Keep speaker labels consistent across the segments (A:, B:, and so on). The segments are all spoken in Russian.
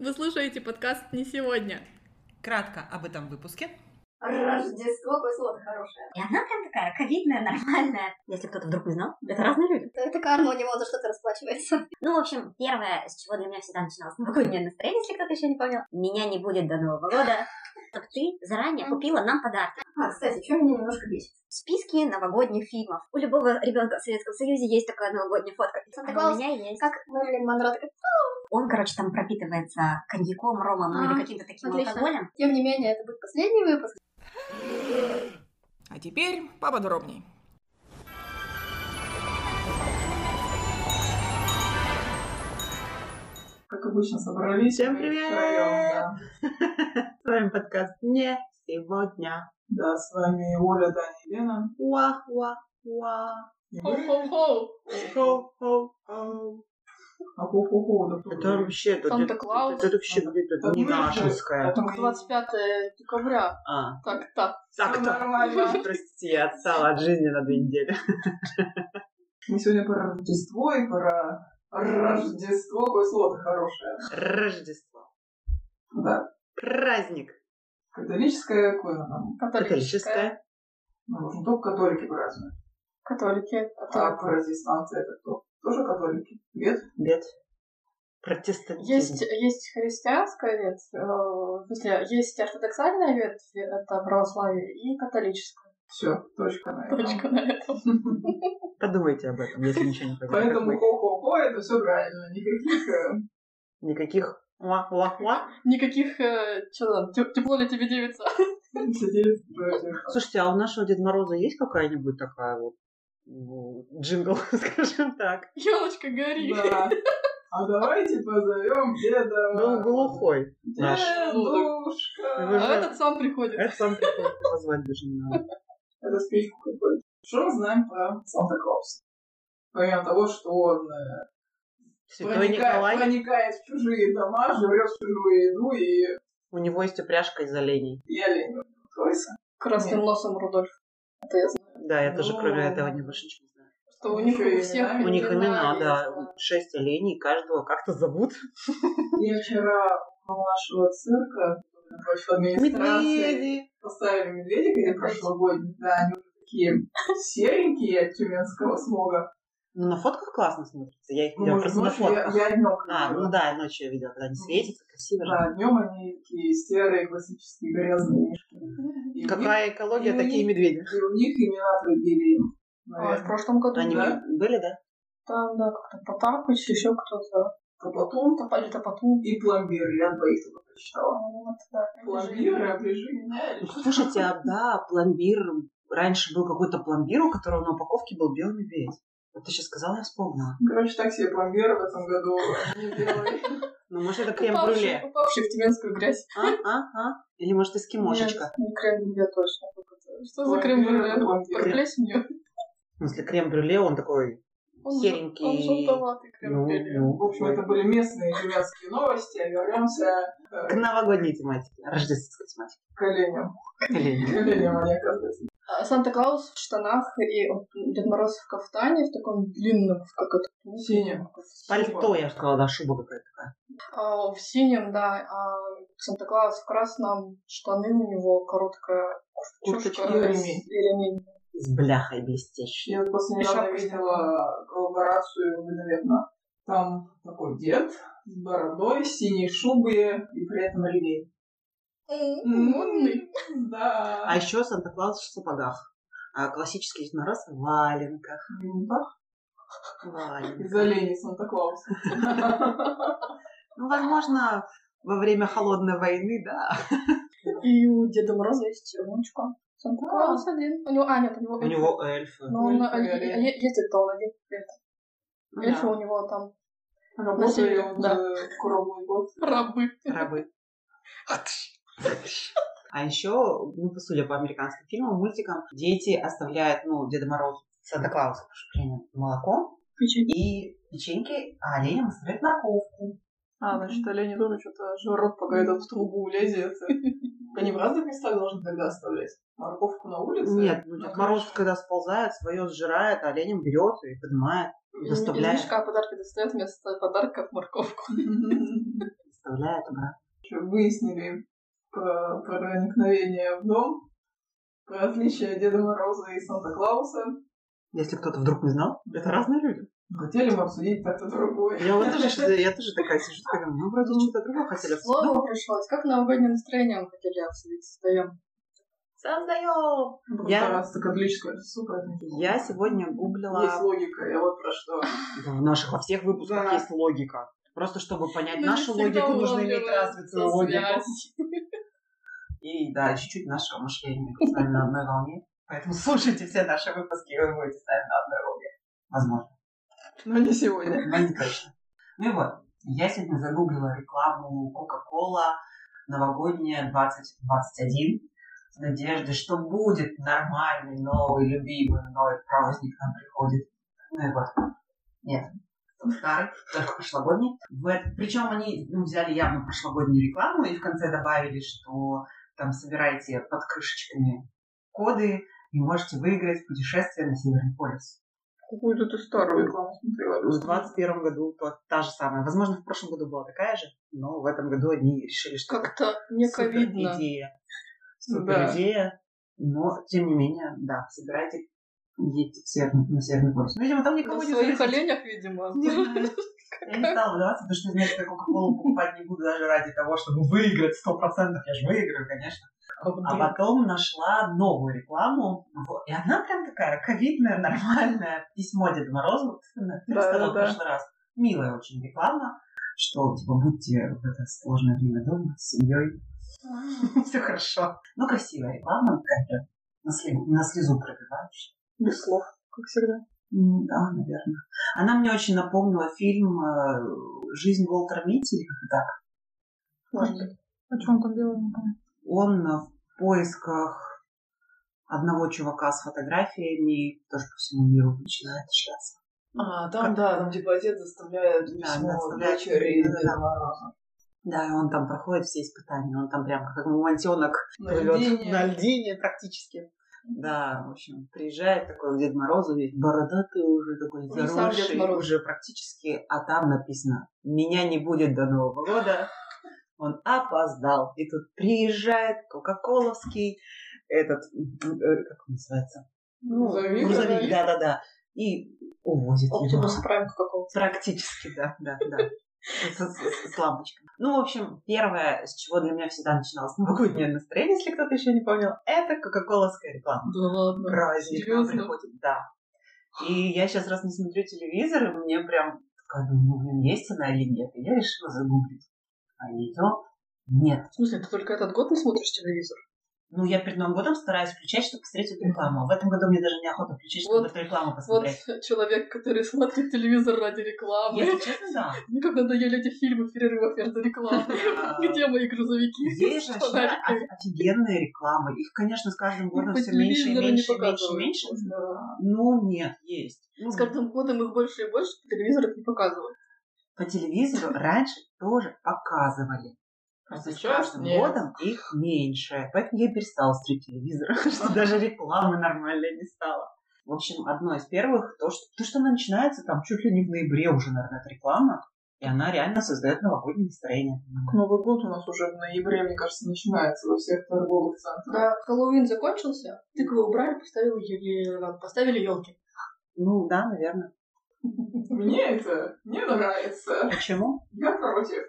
A: Вы слушаете подкаст «Не сегодня».
B: Кратко об этом выпуске.
C: Рождество кислота хорошее.
D: И она прям такая ковидная, нормальная. Если кто-то вдруг не знал, это разные люди.
C: Это, это карма, у него за что-то расплачивается.
D: Ну, в общем, первое, с чего для меня всегда начиналось новогоднее настроение, если кто-то еще не понял, меня не будет до Нового года, чтобы ты заранее купила нам подарки.
C: А, кстати, что меня немножко бесит?
D: Списки новогодних фильмов. У любого ребенка в Советском Союзе есть такая новогодняя фотка.
C: Санта
D: А
C: Клаус.
D: у меня есть.
C: Как Мэрилин Монро такая,
D: Он, короче, там пропитывается коньяком, ромом ну,
C: А,
D: или каким-то таким
C: отлично.
D: алкоголем.
C: тем не менее, это будет последний выпуск.
B: А теперь поподробней.
E: как обычно, собрались.
F: Всем
E: мы
F: привет!
E: втроём,
F: С вами подкаст «Не сегодня».
E: да. да, с вами Оля, Даня и Лена.
F: Уа-уа-уа.
E: И мы.
A: Хоу-хоу-хоу.
F: Шоу-хоу-хоу.
E: А хо-хо-хо, да кто
F: Это
E: вы?
F: вообще... это-
A: Санта-Клаус.
F: Это вообще где-то
E: Так
F: не
E: мы же-
F: нашинское.
E: это мы-
A: 25 декабря.
F: А,
A: Так, так.
F: так
E: Всё
F: то
E: нормально.
F: Прости, я отстала от жизни на две недели.
E: Мы сегодня про Рождество и про Рождество. Какое слово хорошее.
F: Рождество.
E: Да.
F: Праздник.
E: Католическое какое оно там?
F: Католическое.
E: Ну, уже не только католики празднуют.
A: Католики.
E: А протестанты это кто? Тоже католики? Нет?
F: Бед. Протестантизм.
A: Есть, есть христианская ветвь, э, в смысле, есть ортодоксальная ветвь, это православие, и католическая.
E: Все, точка на этом.
A: Точка на этом.
F: Подумайте об этом, если ничего не понимаете.
E: Поэтому хо-хо-хо, это все правильно. Никаких... э,
F: Никаких уа-уа-уа.
A: Никаких, э, чё там, тё- тепло ли тебе девица?
E: сидеть против.
F: Слушайте, а у нашего Деда Мороза есть какая-нибудь такая вот ну, джингл, скажем так?
A: Елочка гори.
E: Да. А давайте позовем деда.
A: А.
F: Ну, глухой. наш.
E: Дедушка.
F: Вы же-
A: А этот сам приходит.
F: Это сам такой позвать даже не надо.
E: Это спичку какой-то. Что мы знаем про Санта-Клауса? Помимо того, что он э,
F: Святой
E: проникает,
F: Николай,
E: проникает в чужие дома, жрет чужую еду и,
F: у него есть упряжка из оленей.
E: и оленей. Тойса?
A: Красным
E: Нет.
A: носом Рудольф. Это я знаю.
F: Да, я тоже
E: Ну,
F: кроме этого не больше ничего не знаю.
A: Что у них
E: Ещё и
A: у всех
E: имена.
F: У них имена,
A: есть,
F: да, шесть оленей, каждого как-то зовут.
E: Я вчера у нашего цирка, против администрации,
F: Медведи!
E: поставили медведя, когда прошлогодний, да, они уже такие серенькие от тюменского смога.
F: Ну, на фотках классно смотрится, я их
E: Ну,
F: видела
E: может,
F: просто на
E: ночью я,
F: фотках.
E: я днем
F: А, ну да, ночью я видела, когда они светятся, красиво же.
E: Да, днем они такие серые, классические, грязные мишки. И у
F: Какая экология,
E: Ну, и у них-
F: такие медведи.
E: них- и у них имена прибили.
A: А, в
E: наверное.
A: прошлом году.
F: Они
E: Ну, да?
F: были- были, да?
A: Там, да, как-то Потапыч, еще кто-то.
E: А потом
A: Топа- Или Топотун.
E: и пломбир, я двоих только прочитала.
A: Вот, да.
E: Пломбир, оближи меня.
F: Ну, Слушайте, а да, пломбир. Раньше был какой-то пломбир, у которого на упаковке был белый медведь. Вот ты сейчас сказала, я вспомнила.
E: Короче, так себе пломбир в этом году не делали.
F: Ну, может, это
A: Упавший,
F: крем-брюле?
A: упавший в тюменскую грязь.
F: А, а, а? Или, может, эскимошечка?
A: Нет, не крем-брюле точно. Что за
E: Пломбир,
A: крем-брюле?
E: пломбир.
A: Про плесенью.
F: В смысле, крем-брюле, он такой
A: Он жел-
F: серенький.
A: Он желтоватый
F: ну,
A: крем-брюле.
F: ну,
E: В общем, это были местные тюменские новости, а вернемся
F: к новогодней тематике, рождественской тематике.
E: к оленям. К
F: Блин.
E: оленям они оказываются.
A: А Санта-Клаус в штанах и вот Дед Мороз в кафтане, в таком длинном, в как это? не
E: Синем.
A: знаю,
F: Пальто, я же сказала, да, шуба какая-то такая.
A: А, в синем, да. А Санта-Клаус в красном, штаны у него короткая
F: Курточка
A: курточка
E: и
A: с-
E: ремень.
A: и ремень.
F: С бляхой блестящей.
E: Я вот после
A: И
E: недавно
A: шапка
E: видела коллаборацию, наверное, там такой дед с бородой, в синей шубе и при этом ремень.
A: Модный.
E: Да.
F: А еще Санта-Клаус в сапогах. А классический Дед Мороз в валенках.
E: Ну, да,
F: В валенках.
E: Из оленей Санта-Клауса.
F: Ну, возможно, во время холодной войны, да.
A: И у Деда Мороза есть ручка. Санта-Клаус один. У него, а, нет, у него...
F: У него эльфы.
A: Но он
E: Эльфы,
A: а, е-
E: эльфы.
A: е- ездит-то он один.
F: Ну да,
A: Эльфы у него там
E: Работает
A: Да.
E: в круглый год.
A: рабы.
F: рабы. А еще, ну, судя по американским фильмам, мультикам, дети оставляют, ну, Деда Мороза, Санта-Клауса, прошу прощения, молоко
A: Печеньки.
F: и печеньки, а оленям оставляют морковку.
E: А, значит, олени тоже что-то жрут, пока этот в трубу улезет. Они в разных местах должны тогда оставлять. Морковку на улице?
F: Нет, ну, Дед Мороз, когда сползает, свое сжирает, а оленям берет и поднимает.
A: Из- Из
F: Доставляет.
A: мешка подарки достает вместо подарков морковку.
E: Мгм.
F: оставляет обратно.
E: Ещё Выяснили про проникновение в дом, про отличие Деда Мороза и Санта-Клауса.
F: Если кто-то вдруг не знал, это разные люди.
E: Хотели мы обсудить так-то другое.
F: Я вот тоже, что- я тоже такая сижу, такая, ну, вроде что-то другое хотели обсудить.
A: Слово пришлось. Как новогоднее настроение мы хотели обсудить? Создаем.
F: Создаем!
E: Ну, Просто
F: Я,
E: раз ты католическая суп, поэтому-
F: я сегодня
E: Есть
F: гуглила...
E: логика, я вот про что.
F: Да, в наших, во всех выпусках
E: Да.
F: есть логика. Просто чтобы понять
A: Ну,
F: нашу
A: не всегда
F: логику, нужно
A: улавливается
F: иметь развитую логику.
A: связь.
F: И да, чуть-чуть нашего мышления с нами на одной волне. Поэтому слушайте все наши выпуски, и вы будете с нами на одной волне. Возможно.
E: Но Ну, не сегодня.
F: Но не точно. Ну и вот, я сегодня загуглила рекламу Coca-Cola новогодняя 2021 в надежде, что будет нормальный, новый, любимый, новый праздник к нам приходит. Ну и вот. Нет. Тот старый, только прошлогодний. В эт- Причем они ну, взяли явно прошлогоднюю рекламу и в конце добавили, что там собираете под крышечками коды и можете выиграть путешествие на Северный полюс.
E: Какую-то ты старую рекламу смотрела.
F: В 21 году то, та же самая. Возможно, в прошлом году была такая же, но в этом году они решили, что это
A: Как-то не
F: супер
A: ковидно.
F: идея.
E: Ну
F: Супер идея. Но, тем не менее, да, собирайте едьте в северный- на Северный полюс. Ну, видимо, там
A: На
F: никого не
A: своих
F: встретите.
A: оленях, видимо.
F: Не знаю. Я не стала вдаваться, потому что знаешь, я Кока-Колу покупать не буду даже ради того, чтобы выиграть 100%. Я же выиграю, конечно. А потом нашла новую рекламу. Вот. И она прям такая ковидная, нормальная. Письмо Деду Морозу. Вот Ты
E: Да,
F: рассказала
E: да,
F: в
E: да.
F: прошлый раз. Милая очень реклама, что типа будьте в это сложное время дома с семьей. Все хорошо. Ну, красивая реклама, какая-то на слезу, на слезу пробивающая.
E: Без слов, как всегда.
F: М, Да, наверное. Она мне очень напомнила фильм э, «Жизнь Уолтера Митти» или как-то так.
E: Может быть. О чем там дело, не помню.
F: Он э, в поисках одного чувака с фотографиями тоже по всему миру начинает шляться.
E: А, там, да, там типа отец заставляет
F: Да,
E: письмо
F: заставляет.
E: дочери
F: Да.
E: Деда Мороза.
F: Да, и он там проходит все испытания. Он там прям как мамонтенок
E: На
F: плывет
E: льдине.
F: на льдине практически. Да, в общем, приезжает такой к Деду Морозу, ведь бородатый уже такой,
A: Он сам Дед
F: заросший
A: Мороз.
F: уже практически, а там написано «Меня не будет до Нового года». Он опоздал. И тут приезжает кока-коловский этот, м, э, как он называется? Ну,
E: Грузовик,
F: грузовик,
E: да?
F: да-да-да. И увозит его.
A: Оптимус Прайм какого-то.
F: Практически, да, да, да. С, с- с лампочкой. Ну, в общем, первое, с чего для меня всегда начиналось новогоднее настроение, если кто-то еще не понял, это кока-коловская реклама.
A: Да ладно.
F: Праздник к нам
A: серьезно?
F: приходит, да. И я сейчас, раз не смотрю телевизор, и мне прям такая, думаю, ну, блин, есть она или нет. И я решила загуглить. А ее нет.
A: В смысле, ты только этот год не смотришь телевизор?
F: Ну, я перед Новым годом стараюсь включать, чтобы встретить рекламу. А В этом году мне даже неохота включить, чтобы
A: Вот-
F: эту рекламу
A: Вот
F: посмотреть.
A: человек, который смотрит телевизор ради рекламы.
F: Если честно, да.
A: Мне как надоели эти фильмы в перерывах между рекламой. Где мои грузовики?
F: Есть А, же
A: С фонариками.
F: офи- офигенные рекламы. Их, конечно, с каждым годом
A: по
F: все меньше и
A: телевизору не
F: меньше, и меньше, и
A: показывают.
F: меньше.
E: Да.
F: Но нет, есть. Ну,
A: С каждым годом их больше и больше по телевизору не показывают.
F: По телевизору раньше тоже показывали.
A: А
F: Просто с
E: сейчас
F: каждым
E: нет.
F: годом их меньше. Поэтому я перестала смотреть телевизор, что даже рекламы нормальной не стало. В общем, одно из первых, то что, то, что она начинается там чуть ли не в ноябре уже, наверное, эта реклама, и она реально создает новогоднее настроение.
E: Новый год у нас уже в ноябре, мне кажется, начинается во всех торговых центрах.
A: Да, Хэллоуин закончился, тыквы убрали, поставили, е- э, поставили елки.
F: Ну да, наверное.
E: Мне это не нравится.
F: Почему?
E: Я против.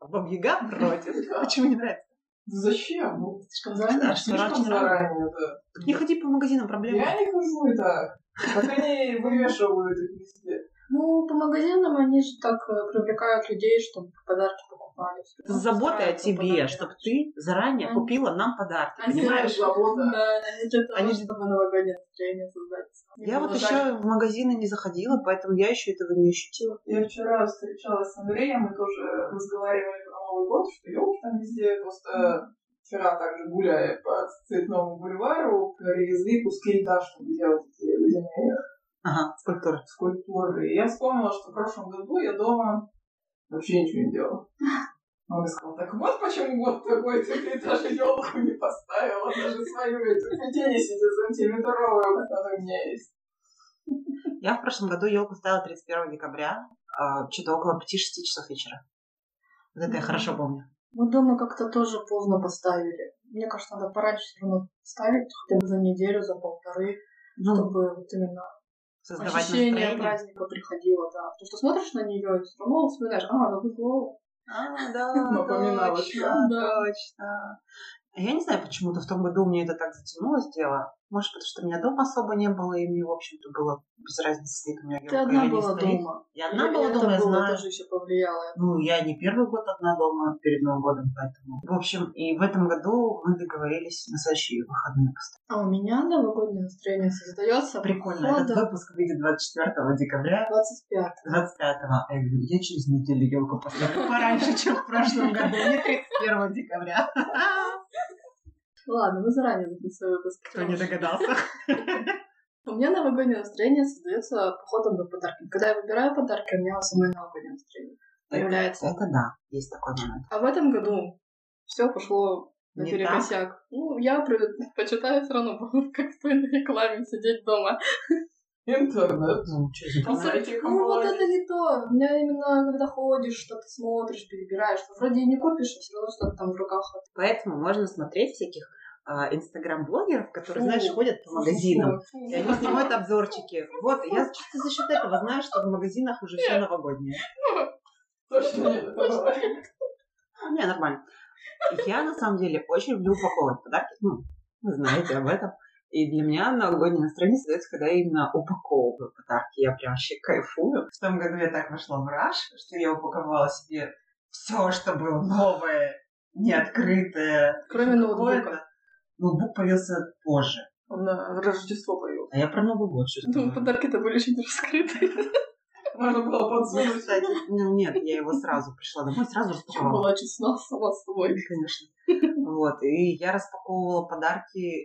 F: Баба А Яга против. Почему не нравится?
E: Зачем? Ну,
A: Слишком
E: Заранее,
F: Да,
E: слишком
F: сворачивай.
E: заранее, да.
F: Не ходи по магазинам, проблема.
E: Я не хожу и так. Так они вывешивают их везде.
A: Ну, по магазинам они же так э, привлекают людей, чтобы подарки покупали.
F: Это забота о
A: Устраивают
F: тебе,
A: подарки.
F: чтобы ты заранее
A: Мгм.
F: купила нам подарки,
A: Они
F: понимаешь?
E: Завода.
A: Да, они для того,
F: Они-
A: чтобы новогоднее настроение создать.
F: Я вот
A: Было
F: еще в магазины не заходила, поэтому я еще этого не ощутила.
E: Я вчера встречалась с Андреем, мы тоже разговаривали про Новый год, что елки там везде, просто вчера также гуляя по Цветному бульвару, привезли куски льда, чтобы делать эти ледяные
F: Ага, скульптура.
E: скульптуры. И я вспомнила, что в прошлом году я дома вообще ничего не делала. Он мне сказал, так вот почему год такой, ты мне даже елку не поставила, даже свою эту 50-сантиметровую, которая а у меня есть.
F: Я в прошлом году елку ставила 31 декабря, а, что-то около 5-6 часов вечера. Вот это я хорошо помню.
A: Мы дома как-то тоже поздно поставили. Мне кажется, надо пораньше всё равно ставить, хотя бы за неделю, за полторы, чтобы вот именно
F: Ну, Создавать
A: ощущение
F: настроение.
A: праздника приходило, да. Потому что смотришь на нее и все равно вспоминаешь, а, да вы голову.
F: А, да,
E: Напоминалочка.
F: точно,
A: Да.
F: точно. А Я не знаю, почему-то в том году мне это так затянулось дело. Может, потому что меня дома особо не было, и мне, в общем-то, было без разницы, стоит у меня
A: Ты
F: елка или
A: одна
F: не
A: была
F: стоит.
A: дома.
F: Я одна
A: И
F: была
A: это
F: дома, я
A: было
F: знаю.
A: тоже еще повлияло.
F: Ну, я не первый год одна дома перед Новым годом, поэтому... В общем, и в этом году мы договорились на следующие выходные. поставить.
A: А у меня новогоднее настроение создается.
F: Прикольно,
A: Вот,
F: этот
A: да.
F: выпуск выйдет 24 декабря,
A: 25.
F: 25-го. Я говорю, я через неделю елку поставлю пораньше, чем в прошлом году, не 31 декабря.
A: Ладно, мы заранее записываем выпуск.
F: Кто не догадался.
A: У меня новогоднее настроение создается походом на подарки. Когда я выбираю подарки, у меня самое новогоднее настроение появляется.
F: Это да, есть такой момент.
A: А в этом году все пошло
F: Не
A: наперекосяк. Ну, я предпочитаю все равно, как в той рекламе, сидеть дома.
E: Интернет.
F: Ну, чё за
E: Особенно
F: дела?
E: Знаете,
A: ну, вот
E: бывает.
A: это не то. У меня именно, когда ходишь, что-то смотришь, перебираешь, что вроде и не купишь, а все равно что-то там в руках. вот.
F: Поэтому можно смотреть всяких а, инстаграм-блогеров, которые,
A: Фу.
F: знаешь, ходят по магазинам.
A: Фу.
F: И они снимают обзорчики. Вот, я чисто за счет этого знаю, что в магазинах уже все новогоднее.
E: Точно нет этого.
F: А, Не, нормально. Я, на самом деле, очень люблю упаковывать подарки. Ну, вы знаете об этом. И для меня новогоднее настроение создается, когда я именно упаковываю подарки. Я прям вообще кайфую. В том году я так вошла в раш, что я упаковала себе все, что было новое, неоткрытое.
A: Кроме
F: Какое-то.
A: ноутбука.
F: Ноутбук появился позже.
E: Он на Рождество поет.
F: А я про Новый год чувствую.
A: Ну, подарки-то были еще не раскрыты.
E: Можно было
F: Ну,
E: подсунуть.
F: кстати, ну, нет, я его сразу пришла домой, сразу
A: Я
F: распаковала.
A: Типа, была честна сама с собой.
F: Конечно. Вот, и я распаковывала подарки э,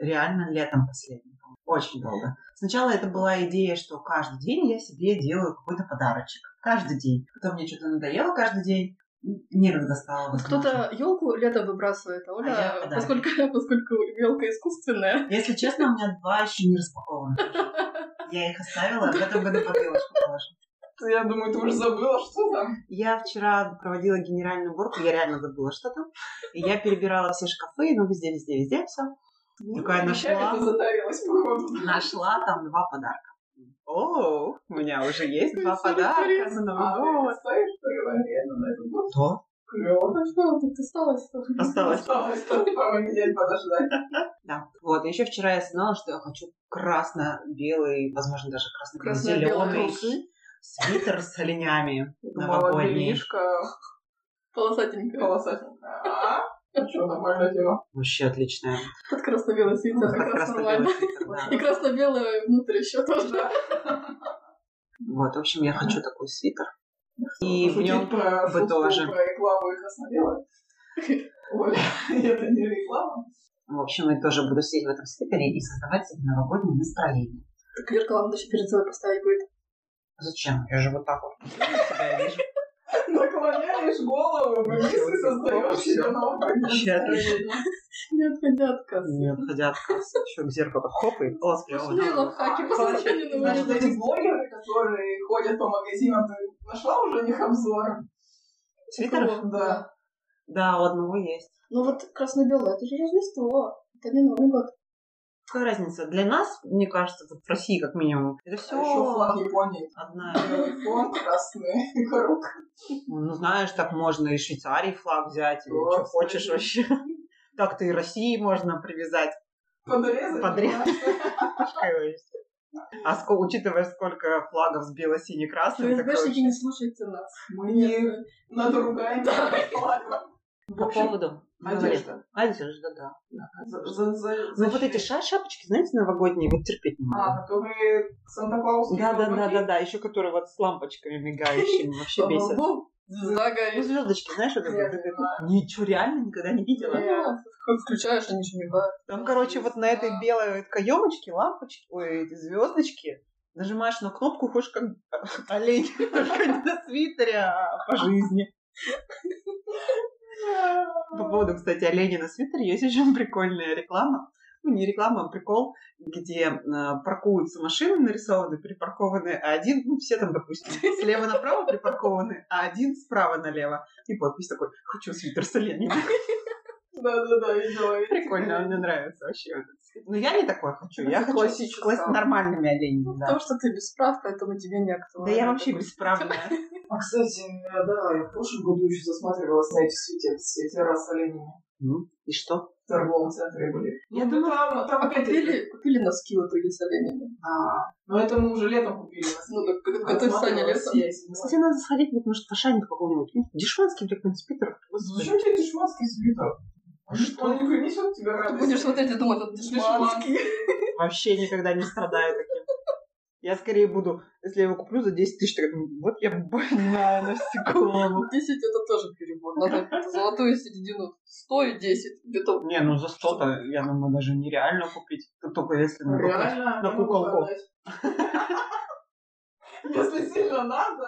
F: реально летом последним. Очень долго. Сначала это была идея, что каждый день я себе делаю какой-то подарочек. Каждый день. Потом мне что-то надоело каждый день. Некогда стало. возможно.
A: А Кто-то елку летом выбрасывает, а Оля,
F: А я- да.
A: поскольку, поскольку елка искусственная,
F: Если честно, у меня два еще не распакованы. Я их оставила, в этом году побелочку положу.
E: Я думаю, ты уже забыла, что там.
F: Я вчера проводила генеральную уборку, я реально забыла, что там. И я перебирала все шкафы, ну, везде, везде, везде, все.
E: Ну,
F: Такая нашла.
E: Ты затарилась, походу.
F: Нашла там два подарка. О, у меня уже есть два
A: Сюрприз.
F: подарка на
E: А,
F: Новый
E: ты
F: год.
E: оставишь реально на этот год?
F: Что?
E: Клёво.
A: Ну что, тут осталось
F: Осталось.
E: Осталось только поменять, подождать.
F: Да. Вот, еще вчера я знала, что я хочу красно-белый, возможно, даже
A: Красно-белые
F: красно-зеленый
A: трусы.
F: свитер с оленями
E: Думала,
F: новогодний.
E: длинишка,
A: полосатенькая.
E: полосатенькая. А? Ну что, нормальное дело.
F: Вообще отличная.
A: Под красно-белый свитер,
F: Ну, Под
A: как раз
F: красно-белый
A: нормально.
F: свитер, да.
A: И красно-белое внутрь еще тоже.
E: Да.
F: Вот, в общем, я хочу такой свитер. И в
E: Пошутить
F: нем
E: про
F: вы
E: шутку
F: тоже.
E: Про рекламу и краснодела. Оля, это не реклама.
F: В общем, я тоже буду сидеть в этом свитере и создавать себе новогоднее настроение.
A: Так Верка вам даже перед собой поставить будет.
F: Зачем? Я же вот так вот себя вижу.
E: Наклоняешь
F: Ну,
E: голову вниз и создаешь себе новое.
F: Вообще отлично.
A: Не отходя от кассы.
F: Не отходя от кассы, еще к зеркалу хоп и класс
A: Пошли лайфхаки по состоянию на
E: Значит,
A: улице.
E: эти блогеры, которые ходят по магазинам, ты нашла уже у них обзоры?
F: Свитеров?
A: Такого,
E: Да.
F: Да, у одного есть.
A: Ну вот красно-белое, это же Рождество. Это не Новый год.
F: Какая разница? Для нас, мне кажется, вот в России как минимум, это все
E: Еще флаг Японии.
F: одна.
E: Белый фон, красный круг.
F: Ну, знаешь, так можно и Швейцарии флаг взять, или
E: Да,
F: что хочешь
E: кстати.
F: вообще. Так-то и России можно привязать.
E: Подрезать.
F: Подрезать. А ско- учитывая, сколько флагов с бело-сине-красным, такое
A: ФСБшники
F: очень-
A: не слушайте нас. ну,
E: Мы не надругаемся
A: Да.
E: флагом. В
F: По
E: общем,
F: поводу говорит.
E: одежда.
F: Одежда, да.
E: За- за- за-
F: Ну, вот
E: защита.
F: эти ша- шапочки, знаете, новогодние, вот терпеть не могу.
E: А, которые Санта-Клаус.
F: Да, да, да, да, да. Еще которые вот с лампочками мигающими вообще бесят.
A: Бум!
F: Ну,
A: Загорит.
F: звездочки, знаешь, вот это
E: Я
F: вот. Ничего реально никогда не видела.
A: Включаешь, они еще мигают.
F: Там, короче, вот на этой белой каемочке лампочки, ой, эти звездочки, нажимаешь на кнопку, хочешь как олень, только не на свитере, а по жизни. По поводу, кстати, оленя на свитере есть очень прикольная реклама. ну не реклама, а прикол, где э, паркуются машины нарисованы, припаркованные, а один, ну все там, допустим, слева направо припаркованы, а один справа налево. И подпись такой, хочу свитер с оленями.
E: Да-да-да, видела. видела.
F: Прикольно, мне нравится вообще. Но я не такое хочу. Я
E: Это
F: хочу с
E: классическое.
F: класс- нормальными оленями. Ну да.
A: Потому что ты без прав, поэтому тебе не
F: Да
A: актуально.
F: я вообще
A: Такой
F: бесправная.
E: А, кстати, э, да, я в прошлом году еще засматривалась на эти свитера, свитера с оленями.
F: Ну, и что?
E: В торговом центре были.
F: Я
E: Ну,
F: думала,
E: там, там
A: А
E: опять...
A: купили, купили носки в итоге с оленями.
E: Да. Но это мы уже летом купили.
A: Ну, так, так, готовь Саня лесом.
F: Кстати, надо сходить, быть, может, по шайнику какому-нибудь. Ну, Дешманский, блядь, на спитер.
E: Зачем тебе дешманский свитер? Он не принесет тебе
A: Ты
E: радость.
A: будешь смотреть и думать, это дешманский.
F: Вообще никогда не страдаю таким. Я скорее буду, если я его куплю за 10 тысяч, так ну, вот я больная на всю голову.
A: 10 это тоже перебор. Надо золотую середину. 100 и 10. Где-то
F: Не, ну за 100 -то, я думаю, даже нереально купить. Ну, Только если на руках.
E: Реально, ну,
F: на
E: я могу
F: куколку.
E: продать. Если сильно надо,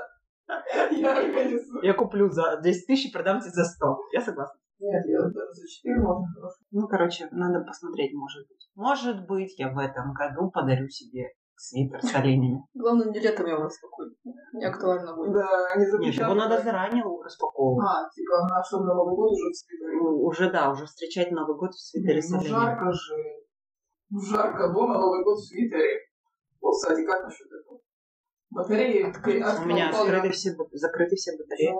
E: я организую.
F: Я куплю за 10 тысяч и продам тебе за 100. Я согласна.
E: Нет, я даже за 4 можно хорошо.
F: Ну, короче, надо посмотреть, может быть. Может быть, я в этом году подарю себе свитер с оленями.
A: Главное, не летом я вас такой. Не актуально будет.
E: Да, не
F: Нет,
E: запрещено.
F: его надо заранее распаковывать.
E: А, типа, на что на Новый год уже в свитере.
F: У- Уже, да, уже встречать Новый год в свитере с
E: А. Ну,
F: оленями.
E: жарко же. Ну, жарко дома, Новый год в свитере. Вот, кстати, как насчет этого? Батареи открыть.
F: У меня открыты все, ба- закрыты все батареи.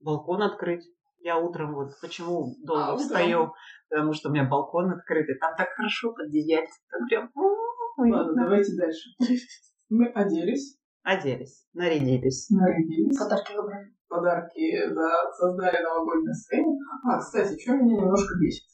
F: балкон открыть. Я утром вот почему долго
E: А, утром?
F: встаю, потому что у меня балкон открытый. Там так хорошо под одеяльцем, там прям у,
E: Ладно,
F: уютно.
E: давайте дальше. Мы оделись,
F: Оделись, нарядились.
E: нарядились.
A: Подарки выбрали.
E: подарки, да, создали новогоднее настроение. А, кстати, что меня немножко бесит?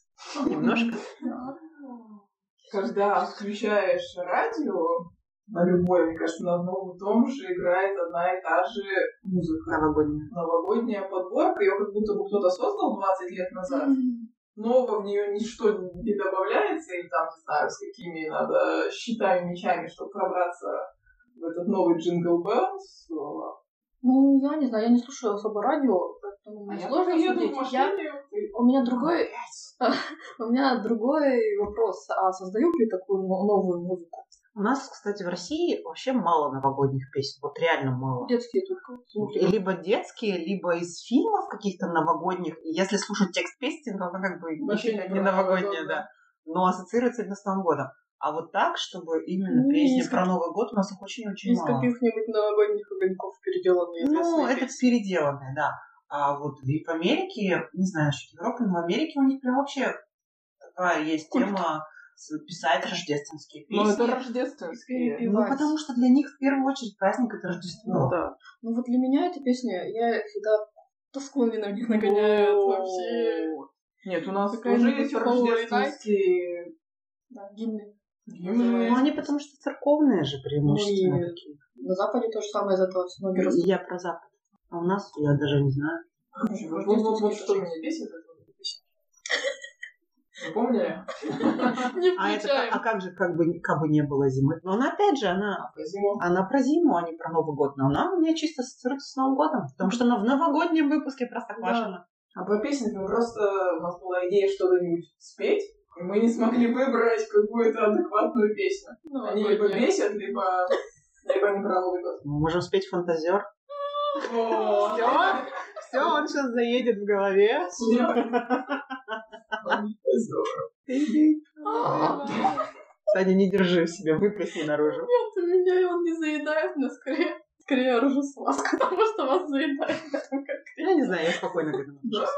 F: Немножко.
E: А. Когда включаешь радио, на любое, мне кажется, на одном и том же играет одна и та же музыка.
F: Новогодний.
E: Новогодняя подборка, ее как будто бы кто-то создал 20 лет назад. Нового в нее ничто не добавляется, или там, не знаю, с какими надо щитами, мечами, чтобы пробраться в этот новый джингл Беллс.
A: Ну, я не знаю, я не слушаю особо радио, поэтому мне сложно судить. Я- У меня другой... У меня другой вопрос. А создают ли такую но- новую музыку?
F: У нас, кстати, в России вообще мало новогодних песен. Вот реально мало.
A: Детские только.
F: И либо детские, либо из фильмов каких-то новогодних. И Если слушать текст песни, то она как бы
E: Вообще
F: не,
E: не
F: не
E: про
F: новогодняя,
E: Новый год,
F: да. Но ассоциируется именно с Новым годом. А вот так, чтобы именно
A: Ну,
F: песни
A: из
F: про Новый год, у нас их очень-очень
A: Из
F: мало.
A: каких-нибудь новогодних огоньков переделанные.
F: Ну,
A: известные
F: это переделанное, да. А вот и в Америке, не знаю, что Европе, но в Америке у них прям вообще такая есть
A: Культ.
F: тема с- писать рождественские песни.
E: Ну, это
A: рождественские.
E: рождественские.
F: Ну, потому что для них в первую очередь праздник это Рождество.
E: Да.
A: Ну вот для меня эта песня, я всегда тоску на них нагоняет вообще.
E: О, Нет, у нас
A: Такая
E: тоже
A: же
E: есть
A: веселая
E: рождественские
A: Да, гимны.
E: гимны.
F: Но Ну, они потому что церковные же преимущественно
A: Ну, и-
F: такие.
A: На Западе то же самое, из этого все ноги растут.
F: И Я про Запад. А у нас, я даже не знаю.
E: Короче, Вот вот- вот- вот что меня бесит, это вот эта песня. Вы помнили?
A: Не
F: А, это, ка-
A: включаем.
F: а как же, как бы, как бы не было зимы? Но она, опять же, она
E: Про зиму.
F: Она про зиму, а не про Новый год. Но она у меня чисто ассоциируется с Новым годом, потому что она в новогоднем выпуске Простоквашино.
E: А про песни мы просто... э, У нас была идея что-нибудь спеть, и мы не смогли выбрать какую-то адекватную песню.
A: Ну,
E: Они либо
A: ладно.
E: бесят, либо... Либо не про Новый год.
F: Мы можем спеть фантазер.
E: О,
F: Всё? Все, он сейчас заедет в голове.
E: Здорово.
A: А,
F: Саня, не держи в себе, выплесни наружу.
A: Нет, у меня он не заедает, но скорее скорее ржесваска, потому что вас заедает.
F: Я не знаю, я спокойно к этому отношусь.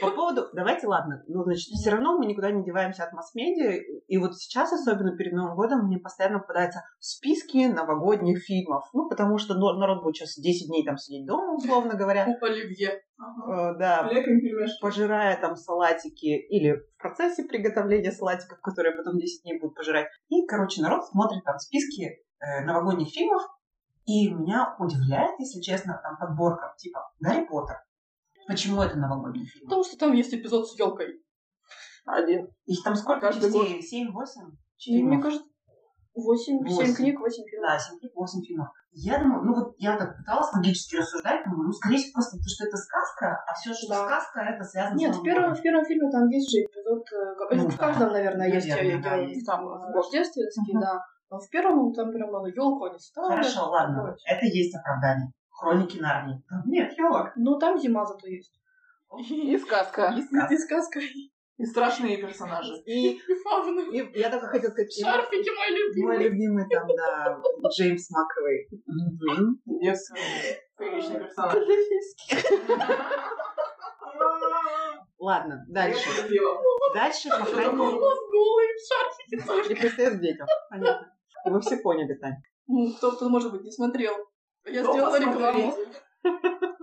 F: По поводу... Давайте, ладно. Ну, значит, все равно мы никуда не деваемся от масс-медиа. И вот сейчас, особенно перед Новым годом, мне постоянно попадаются списки новогодних фильмов. Ну, потому что ну, народ будет сейчас 10 дней там сидеть дома, условно говоря.
A: Куб Оливье.
F: Э, Да,
E: Олег пельмешки.
F: пожирая там салатики или в процессе приготовления салатиков, которые потом 10 дней будут пожирать. И, короче, народ смотрит там списки э, новогодних фильмов, и меня удивляет, если честно, там подборка типа «Гарри Поттер». Почему это новогодний фильм?
A: Потому что там есть эпизод с елкой.
E: Один.
F: Их там сколько
E: Каждый
F: частей? Семь, восемь?
A: Мне
F: фильмов?
A: кажется, Восемь, семь
G: Восемь.
A: книг, восемь фильмов.
G: Да, 7 книг, 8 фильмов. Я думаю, ну вот я так пыталась логически рассуждать, думаю, ну, скорее всего, просто потому что это сказка, а все, что
A: Да.
G: сказка, это связано
A: Нет,
G: с
A: в первом, в первом фильме там есть же эпизод, э, как-
G: Ну
A: в
G: да.
A: каждом, наверное, есть, э,
G: Наверное, да,
A: э,
G: есть.
A: там э, рождественский,
G: Мгм.
A: да. Но в первом там прямо елку они ставят.
G: Хорошо, ладно, это есть оправдание. Хроники Нарнии. Да Нет, елок.
A: Ну там зима зато есть.
E: И сказка.
A: И, с- и сказка.
E: И страшные персонажи.
F: И,
A: Фавны.
F: и я только хотела сказать, и
E: Шарфики мой
F: мой
E: любимый.
F: любимый там, да, Джеймс Маковый. Мгм.
E: Девственный. Приличный персонаж.
A: Каддафийский.
F: Ладно,
E: Я
F: дальше.
E: его любила.
F: Дальше по
E: Что
F: крайней
E: такое?
F: мере, И ПСС детям. Понятно. Вы все поняли, Тань.
A: Ну, кто, кто, может быть, не смотрел. Я
E: Ну,
A: сделала
E: посмотрите.
A: рекламу.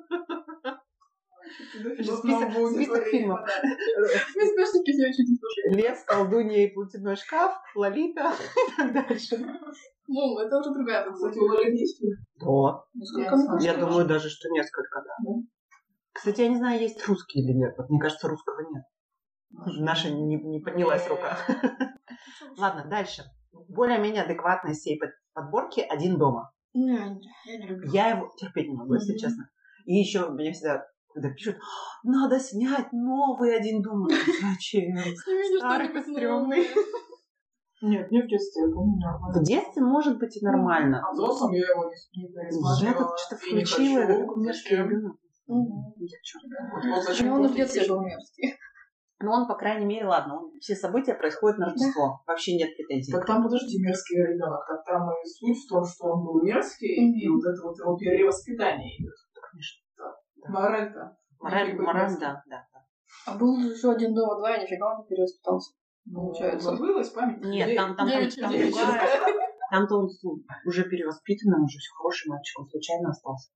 E: Сейчас
F: Список,
E: новому
F: список
E: аудитории.
F: фильмов.
A: Мне смешники все очень не слушают.
F: Лес, колдунья и платяной шкаф, Лолита и так дальше.
A: Ну, это уже другая
E: Это,
A: кстати.
E: Кстати, у Лоли есть фильм?
F: Да.
E: Я
A: Насколько мне
E: смотрела.
F: Я
A: кажется,
F: думаю даже, что несколько, да. Кстати, я не знаю, есть русский или нет. Вот мне кажется, русского нет. Наша не, не поднялась рука. Ладно, дальше. Более-менее адекватной сей под- подборки «Один дома».
A: Не, не, я не люблю.
F: Я его терпеть не могу, если
A: Мгм.
F: честно. И еще меня всегда когда пишут, надо снять новый один дома. Зачем?
A: Сними
F: Старый
A: что-нибудь
F: стрёмный.
A: новое.
E: Нет, не в детстве, я помню. нормально.
F: В детстве может быть и нормально.
E: А взрослым я его не- не
F: Я
E: пересматривала.
F: как что-то
E: И не
F: включила
E: хочу.
F: этот кумирский
E: Зачем?
F: ребенок.
A: Мгм.
F: ну, Я чё?
E: Вот- вот зачем
A: Ну, он и в
E: после
A: детстве
E: фильма?
A: был мерзкий.
F: Но он, по крайней мере, ладно, он- все события происходят на Рождество. Вообще нет претензий.
E: Так там, подожди, мерзкий ребенок. Так там и суть в том, что он был мерзкий, и
A: Мгм.
E: вот это вот его перевоспитание идет.
F: Конечно. Да.
E: Мораль-то.
F: Мораль,
E: Никакой
F: мораль,
E: мерзкий.
F: да, да. да.
A: А был еще один дома два, я нифига он не перевоспитался.
E: Ну,
A: Получается.
E: забылась память.
F: Нет, там, там, там,
A: девять
F: там,
A: людей.
F: другая. Там-то он слу- уже перевоспитанный, уже всё хороший мальчик, он случайно остался.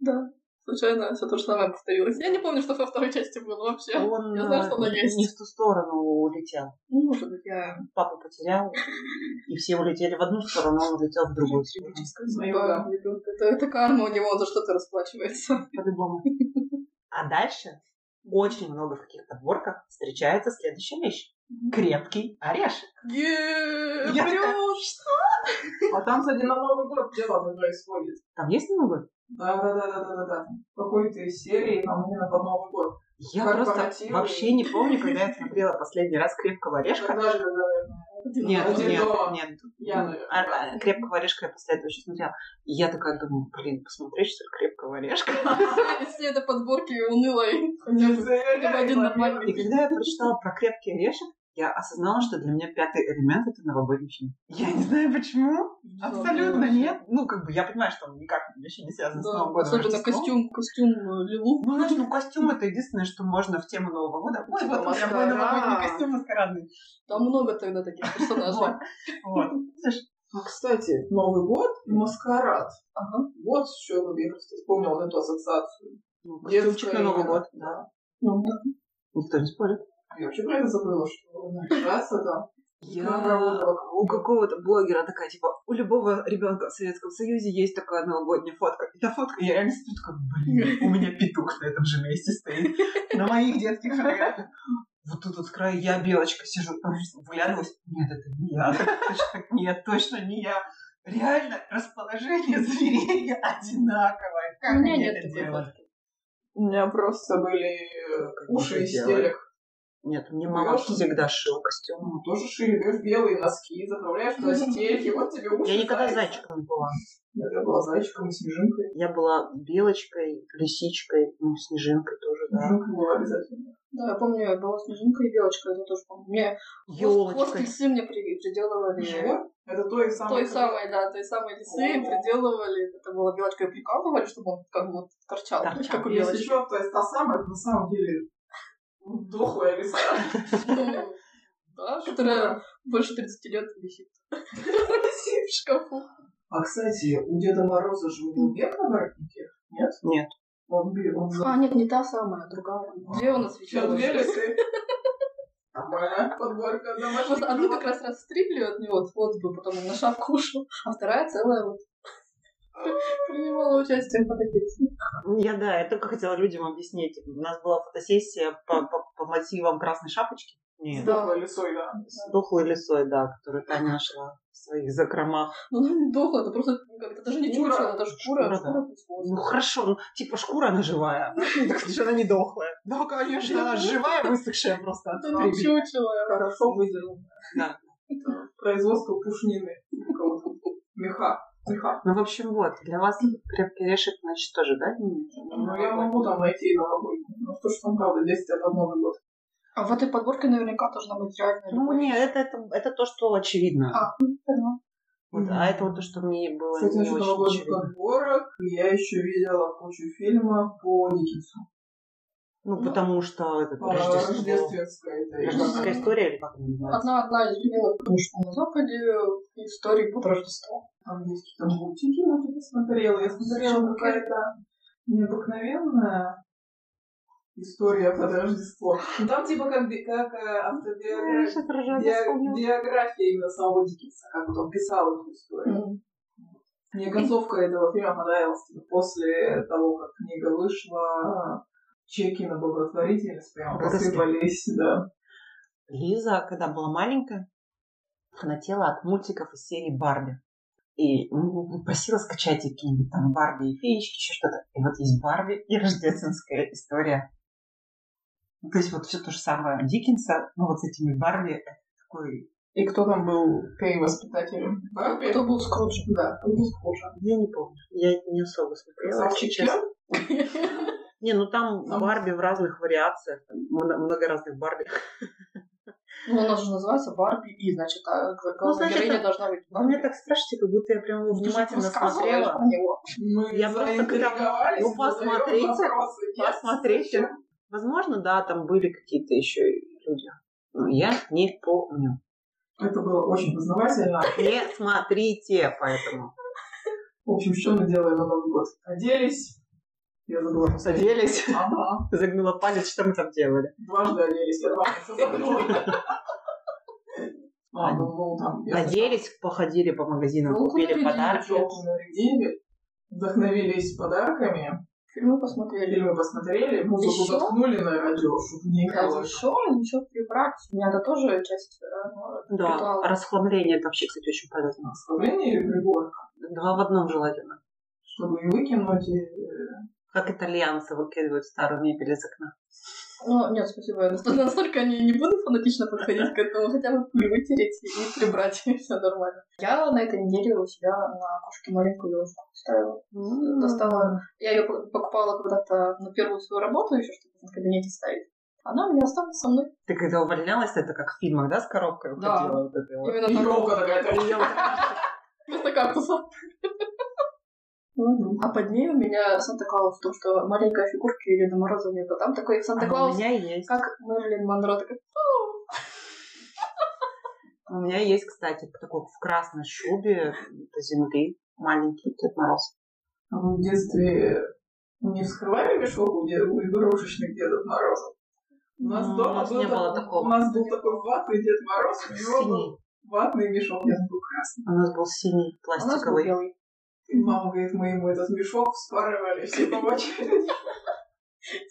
A: Да. Случайно все то же самое повторилось. Я не помню, что со второй части было вообще.
F: Он
A: я знаю,
F: э,
A: что она есть.
F: не в ту сторону улетел.
A: Ну, может быть, я...
F: Папу потерял, и все улетели в одну сторону, он улетел в другую сторону.
E: да.
A: Ну Да, ребёнка. Это, это карма у него, он за что-то расплачивается.
F: По-любому. А дальше очень много в каких подборках встречается следующая вещь. Крепкий орешек.
A: Еее,
F: Я такая,
A: Что?
E: А там, кстати, на Новый год дело оно происходит.
F: Там есть много?
E: Да-да-да-да-да-да. В какой-то из а серий, там именно под Новый год.
F: Я просто
E: Корпоративы.
F: вообще не помню, когда я смотрела последний раз крепкого орешка.
E: Когда же, когда
F: Нет,
E: Один
F: нет,
E: дома.
F: нет.
E: я,
F: А, а,
E: наверное.
F: Крепкого орешка я после этого еще смотрела. И я такая думаю, блин, посмотреть, что ли, крепкого орешка.
A: Если это подборки унылой. хотя бы.
E: Хотя
A: бы один нормальный.
F: И когда я прочитала про крепкий орешек, я осознала, что для меня пятый элемент это новогодний фильм. Я не знаю почему. Абсолютно нет. Ну, как бы я понимаю, что он никак вообще не связан с Новым
A: Да,
F: годом.
A: особенно
F: Рождеством.
A: костюм, костюм э, Лилу.
F: Ну, знаешь, ну костюм это единственное, что можно в тему Нового года. Ой,
E: Типа
F: вот у меня мой
E: маскарад.
F: новогодний костюм маскарадный.
A: Там много тогда таких
F: Вот,
A: персонажей.
F: вот. Слушай,
E: А, кстати, Новый год и маскарад.
A: Ага.
E: Вот с чего я просто вспомнила вот эту ассоциацию.
F: ну,
E: Детская
F: Костюмчик на Новый
E: игра.
F: год, да.
A: Ну, да.
F: Никто не спорит.
E: А я вообще про это забыла, что наряжаться там.
F: Я у какого-то блогера такая, типа, у любого ребенка в Советском Союзе есть такая новогодняя фотка. И та фотка, я реально стою такая, блин, у меня петух на этом же месте стоит. На моих детских фотографиях. Вот тут вот с краю я белочка сижу, там выглядываюсь. Нет, это не я. Точно, нет, точно не я. Реально, расположение зверей одинаковое. Как
A: У меня
F: они
A: нет
F: это
A: такой
F: делают?
E: У меня просто были
F: Как
E: уши
F: это
E: из
F: делать?
E: телек.
F: Нет, мне мама
E: Врешь?
F: всегда шила костюмы.
E: Ну, тоже шили, берешь белые носки, заправляешь туда стельки, вот тебе уши.
F: Я никогда
E: зайца.
F: зайчиком не была.
E: Нет, я была зайчиком и снежинкой.
F: Я была белочкой, лисичкой, ну, снежинкой тоже, да.
E: Снежинка была обязательно.
A: Да, я помню, я была снежинка и белочка, это тоже помню. Мне хвост
F: Елочкой.
A: лисы мне при- приделывали.
E: Чего? Это то и самое.
A: Той самой, да, той самой лисы
E: О.
A: приделывали. Это была белочка и прикалывали, чтобы он как бы вот торчал,
F: Торчал.
A: как у
E: Если
A: белочки.
E: что, то есть та самая, это на самом деле ну, дохлая лиса.
A: Ну, Да, которая больше 30 лет висит. Висит в шкафу.
E: А, кстати, у Деда Мороза же у него век на воротнике? Нет?
F: Нет.
E: Он бил, он
A: А, нет, не та самая, другая. Две у нас
E: Сейчас две
A: свечи.
E: лисы. Нормальная подборка
A: Просто
E: домашних
A: одну
E: животных.
A: как раз расстригли от него, от отзыва, потом он на шапку ушел, а вторая целая вот принимала участие в фотосессии.
F: Я, да, я только хотела людям объяснить. У нас была фотосессия по, по- по мотивам Красной Шапочки.
E: С
F: Нет.
E: дохлой лисой, да.
F: С дохлой лисой, да, которую Таня нашла в своих закромах.
A: Ну, она не дохла, это просто ну, как, это даже не
E: Шкура.
A: чучело, это шкура.
F: Шкура,
A: Шкура плюс
F: Ну
A: волосы.
F: хорошо, ну типа шкура она живая. Так что же она не дохлая. Да, конечно, она живая, высохшая просто от
A: Это не
F: времени.
A: чучело.
E: Хорошо выделил.
F: Да.
E: Производство пушнины. какого-то. Меха. Меха.
F: Ну, в общем, вот, для вас крепкий орешек, значит, тоже, да?
E: Ну, я могу там найти новогодний. Ну, то, что там, правда, 10 одна Новый год.
A: А в этой подборке наверняка должна быть реальная
F: Ну,
A: любовь.
F: нет, это, это, это то, что очевидно.
A: А, поняла.
F: Вот, а это вот то, что мне было
E: Кстати,
F: не
E: насчет
F: очень
E: новогодних
F: очевидно.
E: подборок я еще видела кучу фильмов по Никитсу.
F: Ну, потому что это
E: По
F: Рождество.
E: Рождествская это игра.
F: Рождественская история, или как она называется?
A: Одна, одна из любимых книжек на Западе истории под Рождество.
E: Там есть какие-то мультики, вот я смотрела. Я смотрела какая-то необыкновенная история под Рождество. Ну, там типа как, би- как э,
F: Ну, Я
E: автобиография.
F: сейчас про Рождество
E: био-
F: вспомнила.
E: Биография именно самого Диккенса, как вот он писал эту историю.
A: М.
E: Мне концовка этого фильма понравилась. Типа, после того, как книга вышла, чеки на благотворительность прямо
F: Выросли.
E: посыпались, да.
F: Лиза, когда была маленькая, фанатела от мультиков из серии Барби. И ну, просила скачать и какие-нибудь там Барби и феечки, еще что-то. И вот есть Барби и рождественская история. Ну, то есть вот все то же самое Диккенса, но вот с этими Барби это такой...
E: И кто там был Кей воспитателем? Барби?
A: Кто был Скруджем?
E: Да, кто был Скруджем.
F: Я не помню. Я не особо смотрела. если
E: Красавчик
F: честно. Не, ну там
E: Там-
F: Барби в разных вариациях. Мно- Много разных Барби.
A: Ну, она же называется Барби, и, значит, а, главная
F: Ну, значит,
A: героиня
F: это-
A: должна быть
F: Вы меня
A: Барби.
F: А так спрашиваете, как будто я прям его внимательно
A: Рассказываешь
F: смотрела.
A: про него.
E: Мы
F: Я просто
E: заинтриговались,
F: когда- ну,
E: мы задаём
F: посмотрите,
E: вопросы. Нет,
F: посмотрите.
E: зачем?
F: Возможно, да, там были какие-то еще и люди. Но я не помню.
E: Это было очень познавательно.
F: Не смотрите, поэтому.
E: В общем, что мы делаем на Новый год? Оделись. Я забыла.
F: Садились,
E: Ага.
F: загнула палец, что мы там делали.
E: Дважды оделись. Я дважды забыла. А, ну, ну, там... я
F: Наделись, походили по магазинам,
A: Ну,
F: купили
A: купили
E: сначала
F: подарки.
E: челку нарядили, Вдохновились подарками,
A: Фильмы посмотрели.
E: фильмы посмотрели, музыку
A: Ещё?
E: заткнули на радио, чтобы не
A: А
E: играло.
A: еще ничего прибрать. У меня это тоже часть э,
F: Да,
A: ритуала.
F: расхламление это вообще, кстати, очень полезно.
E: Оставление или прибор,
F: Два в одном желательно.
E: чтобы и выкинуть, и... э,
F: Как итальянцы выкидывают старую мебель из окна.
A: Ну, нет, спасибо. Я наст- настолько не, не буду фанатично подходить к этому. Хотя бы пыль вытереть и прибрать, и все нормально. Я на этой неделе у себя на кошке маленькую елочку поставила.
F: Ну,
A: Достала. Я ее покупала когда-то на первую свою работу еще, чтобы в кабинете ставить. Она у меня осталась со мной.
F: Ты когда увольнялась, это как в фильмах, да, с коробкой
A: Да.
F: уходила? Вот это вот.
A: Именно
E: и
A: так.
E: елка такая.
A: Вместо кактусов.
E: Ну,
A: А под ней у меня Санта-Клаус, потому что маленькая фигурка Деда Мороза нет, а там такой
F: А у
A: Санта-Клаус,
F: меня есть.
A: как Мерлин Монро, такой,
F: У меня есть, кстати, такой в красной шубе до земли маленький Дед Мороз.
E: А Вы в детстве не вскрывали мешок у, дед- у игрушечных Дедов Морозов? У нас
F: М, Ну, у
E: дома
F: нас
E: был
F: не
E: такой-
F: было такого.
E: У нас был такой ватный Дед Мороз, у него был
F: Синий.
E: ватный мешок, я был красный.
F: У нас был синий,
A: а у нас был
F: пластиковый.
A: белый.
E: И мама говорит, мы ему этот мешок вспарывали все по очереди.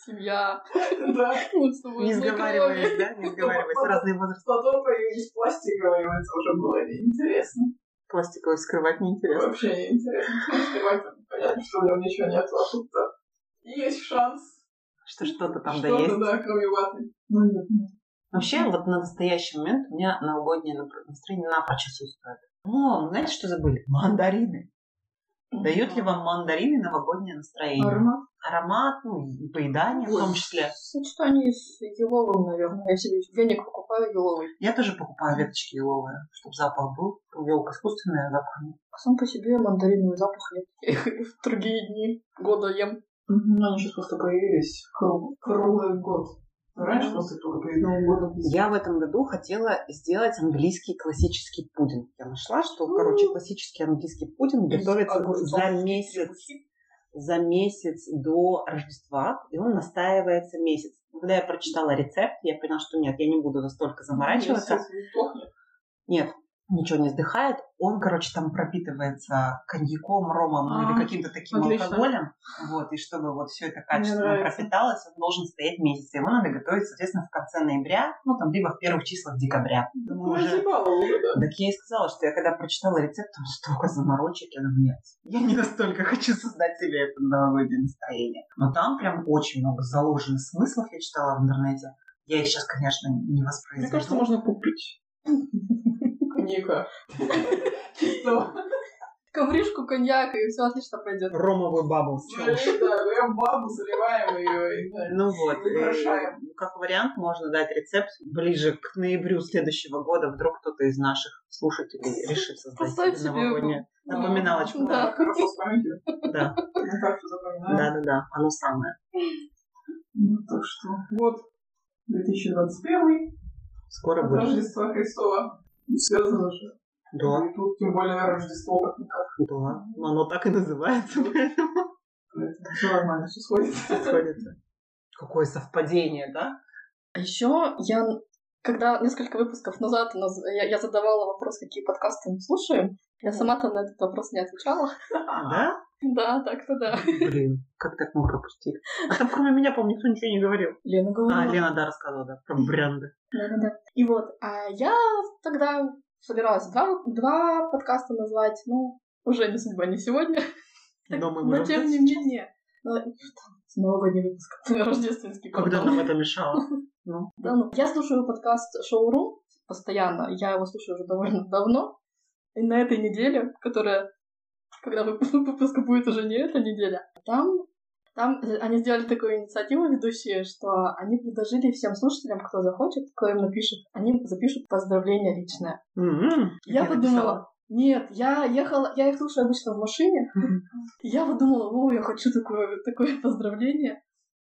A: Семья.
E: Да.
A: Вот с тобой
F: Не
A: знакомы.
F: сговариваясь, да? Не сговариваясь. Разные возрасты.
E: Потом появились пластиковые, вот это уже было неинтересно.
F: Пластиковый скрывать неинтересно.
E: Вообще неинтересно. Вскрывать там понятно, что в нем ничего нет, а тут-то есть шанс.
F: Что что-то там да
E: что-то,
F: есть.
E: да, кроме ваты. Ну, нет, нет.
F: Вообще, вот на настоящий момент у меня новогоднее напр- настроение напрочь отсутствует. О, знаете, что забыли? Мандарины.
A: Ну,
F: Дают ли вам мандарины новогоднее настроение?
E: Аромат.
F: Аромат, ну, и поедание в том числе.
A: Сочетание с еловым, наверное. Я себе веник покупаю еловый.
F: Я тоже покупаю веточки еловые, чтобы запах был. Елка искусственная, запах нет.
A: А сам по себе мандариновый запах нет. Я их в другие дни года ем.
E: Ну, они сейчас просто появились круг- круглый год. Раньше просто только перед Новым годом.
F: Я в этом году хотела сделать английский классический пудинг. Я нашла, что, короче, классический английский пудинг
A: Из
F: готовится
A: огурцов
F: за месяц, за месяц до Рождества, и он настаивается месяц. Когда я прочитала рецепт, я поняла, что нет, я не буду настолько заморачиваться.
E: Сейчас сдохнет.
F: Нет, ничего не сдыхает. Он, короче, там пропитывается коньяком, ромом ну, или
E: А,
F: каким-то таким
E: отлично.
F: алкоголем. Вот, и чтобы вот все это качество
E: Мне нравится.
F: пропиталось, он должен стоять месяц. Его надо готовить, соответственно, в конце ноября, ну, там, либо в первых числах декабря. Мы уже-
E: Разъебало Ну, уже, да.
F: Так я и сказала, что я когда прочитала рецепт, там столько заморочек, я думаю, нет, я не настолько хочу создать себе это новогоднее настроение. Но там прям очень много заложенных смыслов я читала в интернете. Я их сейчас, конечно, не воспроизведу.
E: Мне кажется, можно купить. Коньяка. Чистого.
A: Ковришку, коньяк, и все отлично пройдет.
F: Ромовую бабу с чего уж.
E: Блин, да, прям бабу заливаем ее. и, да.
F: Ну вот, и,
E: Украшаем.
F: ну, как вариант, можно дать рецепт ближе к ноябрю следующего года. Вдруг кто-то из наших слушателей решит создать
A: Поставь
F: себе
A: себе
F: новогоднее напоминалочку.
A: Да.
E: Хорошо с памятью.
F: Да,
E: Я так всё запоминаю.
F: да-да-да, оно самое.
E: Ну так что, вот 2021
F: Скоро
E: от
F: будет.
E: Рождества Христова. Ну, Связано же.
F: Да.
E: И тут тем более Рождество как никак.
F: Да, но Ну, оно так и называется, поэтому
E: Все нормально, все сходится.
F: сходится. Какое совпадение, да?
A: А еще я, когда несколько выпусков назад наз- я, я задавала вопрос, какие подкасты мы слушаем, я сама-то на этот вопрос не отвечала.
F: Да?
A: Да, так-то да.
F: Блин, как так мы пропустили? А там кроме меня, помню, никто ничего не говорил.
A: Лена говорила.
F: А, Лена, да, рассказывала, да, про бренды.
A: Да-да-да. И вот, а я тогда собиралась два, два подкаста назвать, ну, уже не судьба, не сегодня.
F: Но мы
A: Но
F: можем
A: тем
F: дать
A: не
F: сейчас.
A: менее. Ну, там, Новогодний выпуск, рождественский.
F: Когда
A: потом.
F: нам это мешало. Ну,
A: Да, ну, я слушаю подкаст «Шоурум» постоянно. Я его слушаю уже довольно давно. И на этой неделе, которая, когда вып- выпуск будет уже не эта неделя, там, там э, они сделали такую инициативу ведущие, что они предложили всем слушателям, кто захочет, кто им напишет, они запишут поздравление личное.
F: м-м,
A: Я,
F: написала.
A: подумала, нет, я ехала, я их слушаю обычно в машине. Я подумала, о, я хочу такое, такое поздравление.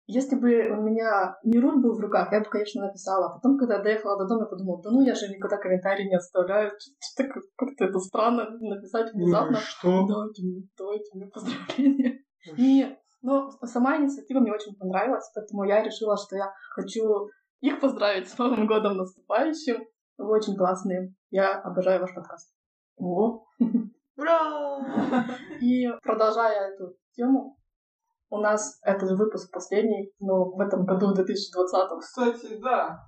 A: Если бы у меня не руль был в руках, я бы, конечно, написала. А Потом, когда я доехала до дома, я подумала, да ну я же никогда комментарии не оставляю. Что-то как- Как-то это странно написать
F: Ну и
A: внезапно.
F: что?
A: Давайте мне, давайте мне поздравления. Нет, но ну, сама инициатива мне очень понравилась, поэтому я решила, что я хочу их поздравить с Новым годом наступающим. Вы очень классные. Я обожаю ваш подкаст. О.
F: Ура!
A: И продолжая эту тему, у нас этот выпуск последний, но в этом году, в 2020
E: Кстати, да.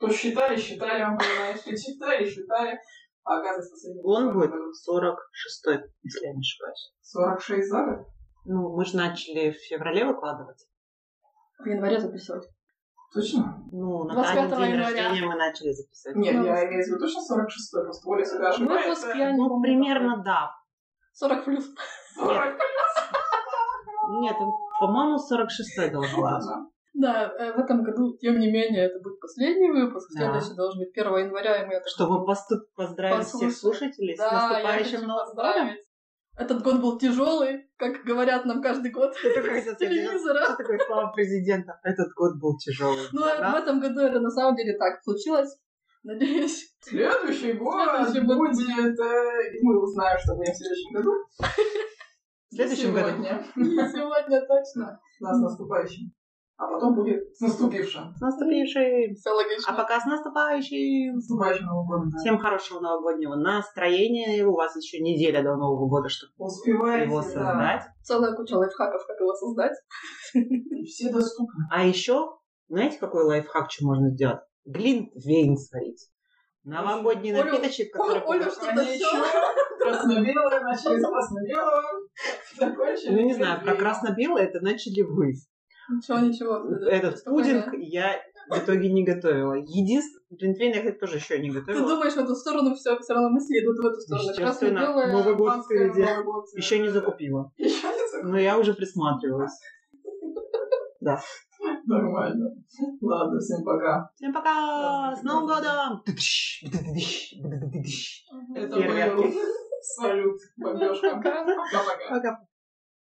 E: То считали, считали, он, понимаешь, и считали, считали. А оказывается, последний год
F: Он будет
E: был
F: 46-й, если я не ошибаюсь.
E: 46 за год.
F: Ну, мы же начали в феврале выкладывать.
A: в январе записалось.
E: Точно?
F: Ну, на Танин
A: 25
F: день
A: января.
F: рождения мы начали записать.
E: Нет,
A: Ну,
E: я
A: выпуск.
E: имею в виду точно 46 просто Оля всегда
A: Выпуск
E: ошибается.
A: я не
F: Ну,
A: помню,
F: примерно, да,
A: 40 плюс.
E: 40.
F: Нет, он, по-моему, 46-й должен быть.
E: Ладно.
A: Да, э, в этом году, тем не менее, это будет последний выпуск.
F: Да.
A: Следующий должен быть 1 января, и мы это
F: Чтобы посту- поздравить всех
A: Послушай.
F: слушателей с
A: Да, я
F: наступающим
A: хочу
F: Новым годом.
A: поздравить. Этот год был тяжелый, как говорят нам каждый год
F: Это как
A: с телевизора.
F: Что такое слава президента? Этот год был тяжелый.
A: Но в этом году Ну, это на самом деле так случилось. Надеюсь.
E: Следующий год
A: Следующий год.
E: будет... э, и Мы узнаем, что будет в следующем году.
F: В следующем году.
E: Сегодня.
A: Сегодня точно.
E: Нас с наступающим. А потом будет с наступившим.
F: С наступившим!
A: Все
F: А
A: логично.
F: пока с наступающим!
E: С наступающим Новым годом. да.
F: Всем хорошего новогоднего настроения. У вас еще неделя до Нового года, чтобы
E: Успевайте, да.
F: его создать.
A: Целая куча лайфхаков, как его создать.
E: И все доступны.
F: А еще, знаете, какой лайфхак что можно сделать? Глинтвейн сварить. Новогодний
A: Олю-
F: напиточек, который...
A: Оля,
F: покупают-
A: что-то
E: Ничего.
A: всё.
E: Красно-белое, начали с красно-белого. Закончили.
F: Ну, не знаю, про
E: белым.
F: красно-белое это начали вы.
A: Ничего, ничего.
F: Э, Этот
A: Такое,
F: пудинг
A: да.
F: я в итоге не готовила. Единственное, глинтвейн я, кстати, тоже еще не
A: Ты
F: готовила.
A: думаешь в эту сторону, все, все равно мысли идут в эту сторону.
F: Естественно,
A: Красно-белое,
F: Новый год
A: албанское,
F: впереди.
A: Новый год.
F: Еще не закупила.
E: Еще не закончили.
F: Но я уже присматривалась.
E: Нормально. Ладно, всем пока.
F: Всем пока!
E: Да,
F: С Новым годом! Тыдыщ, бдыдыдыщ, бдыдыдыщ.
E: Это
F: Фейерверки.
E: был салют бомбежка. Пока-пока.
F: Пока.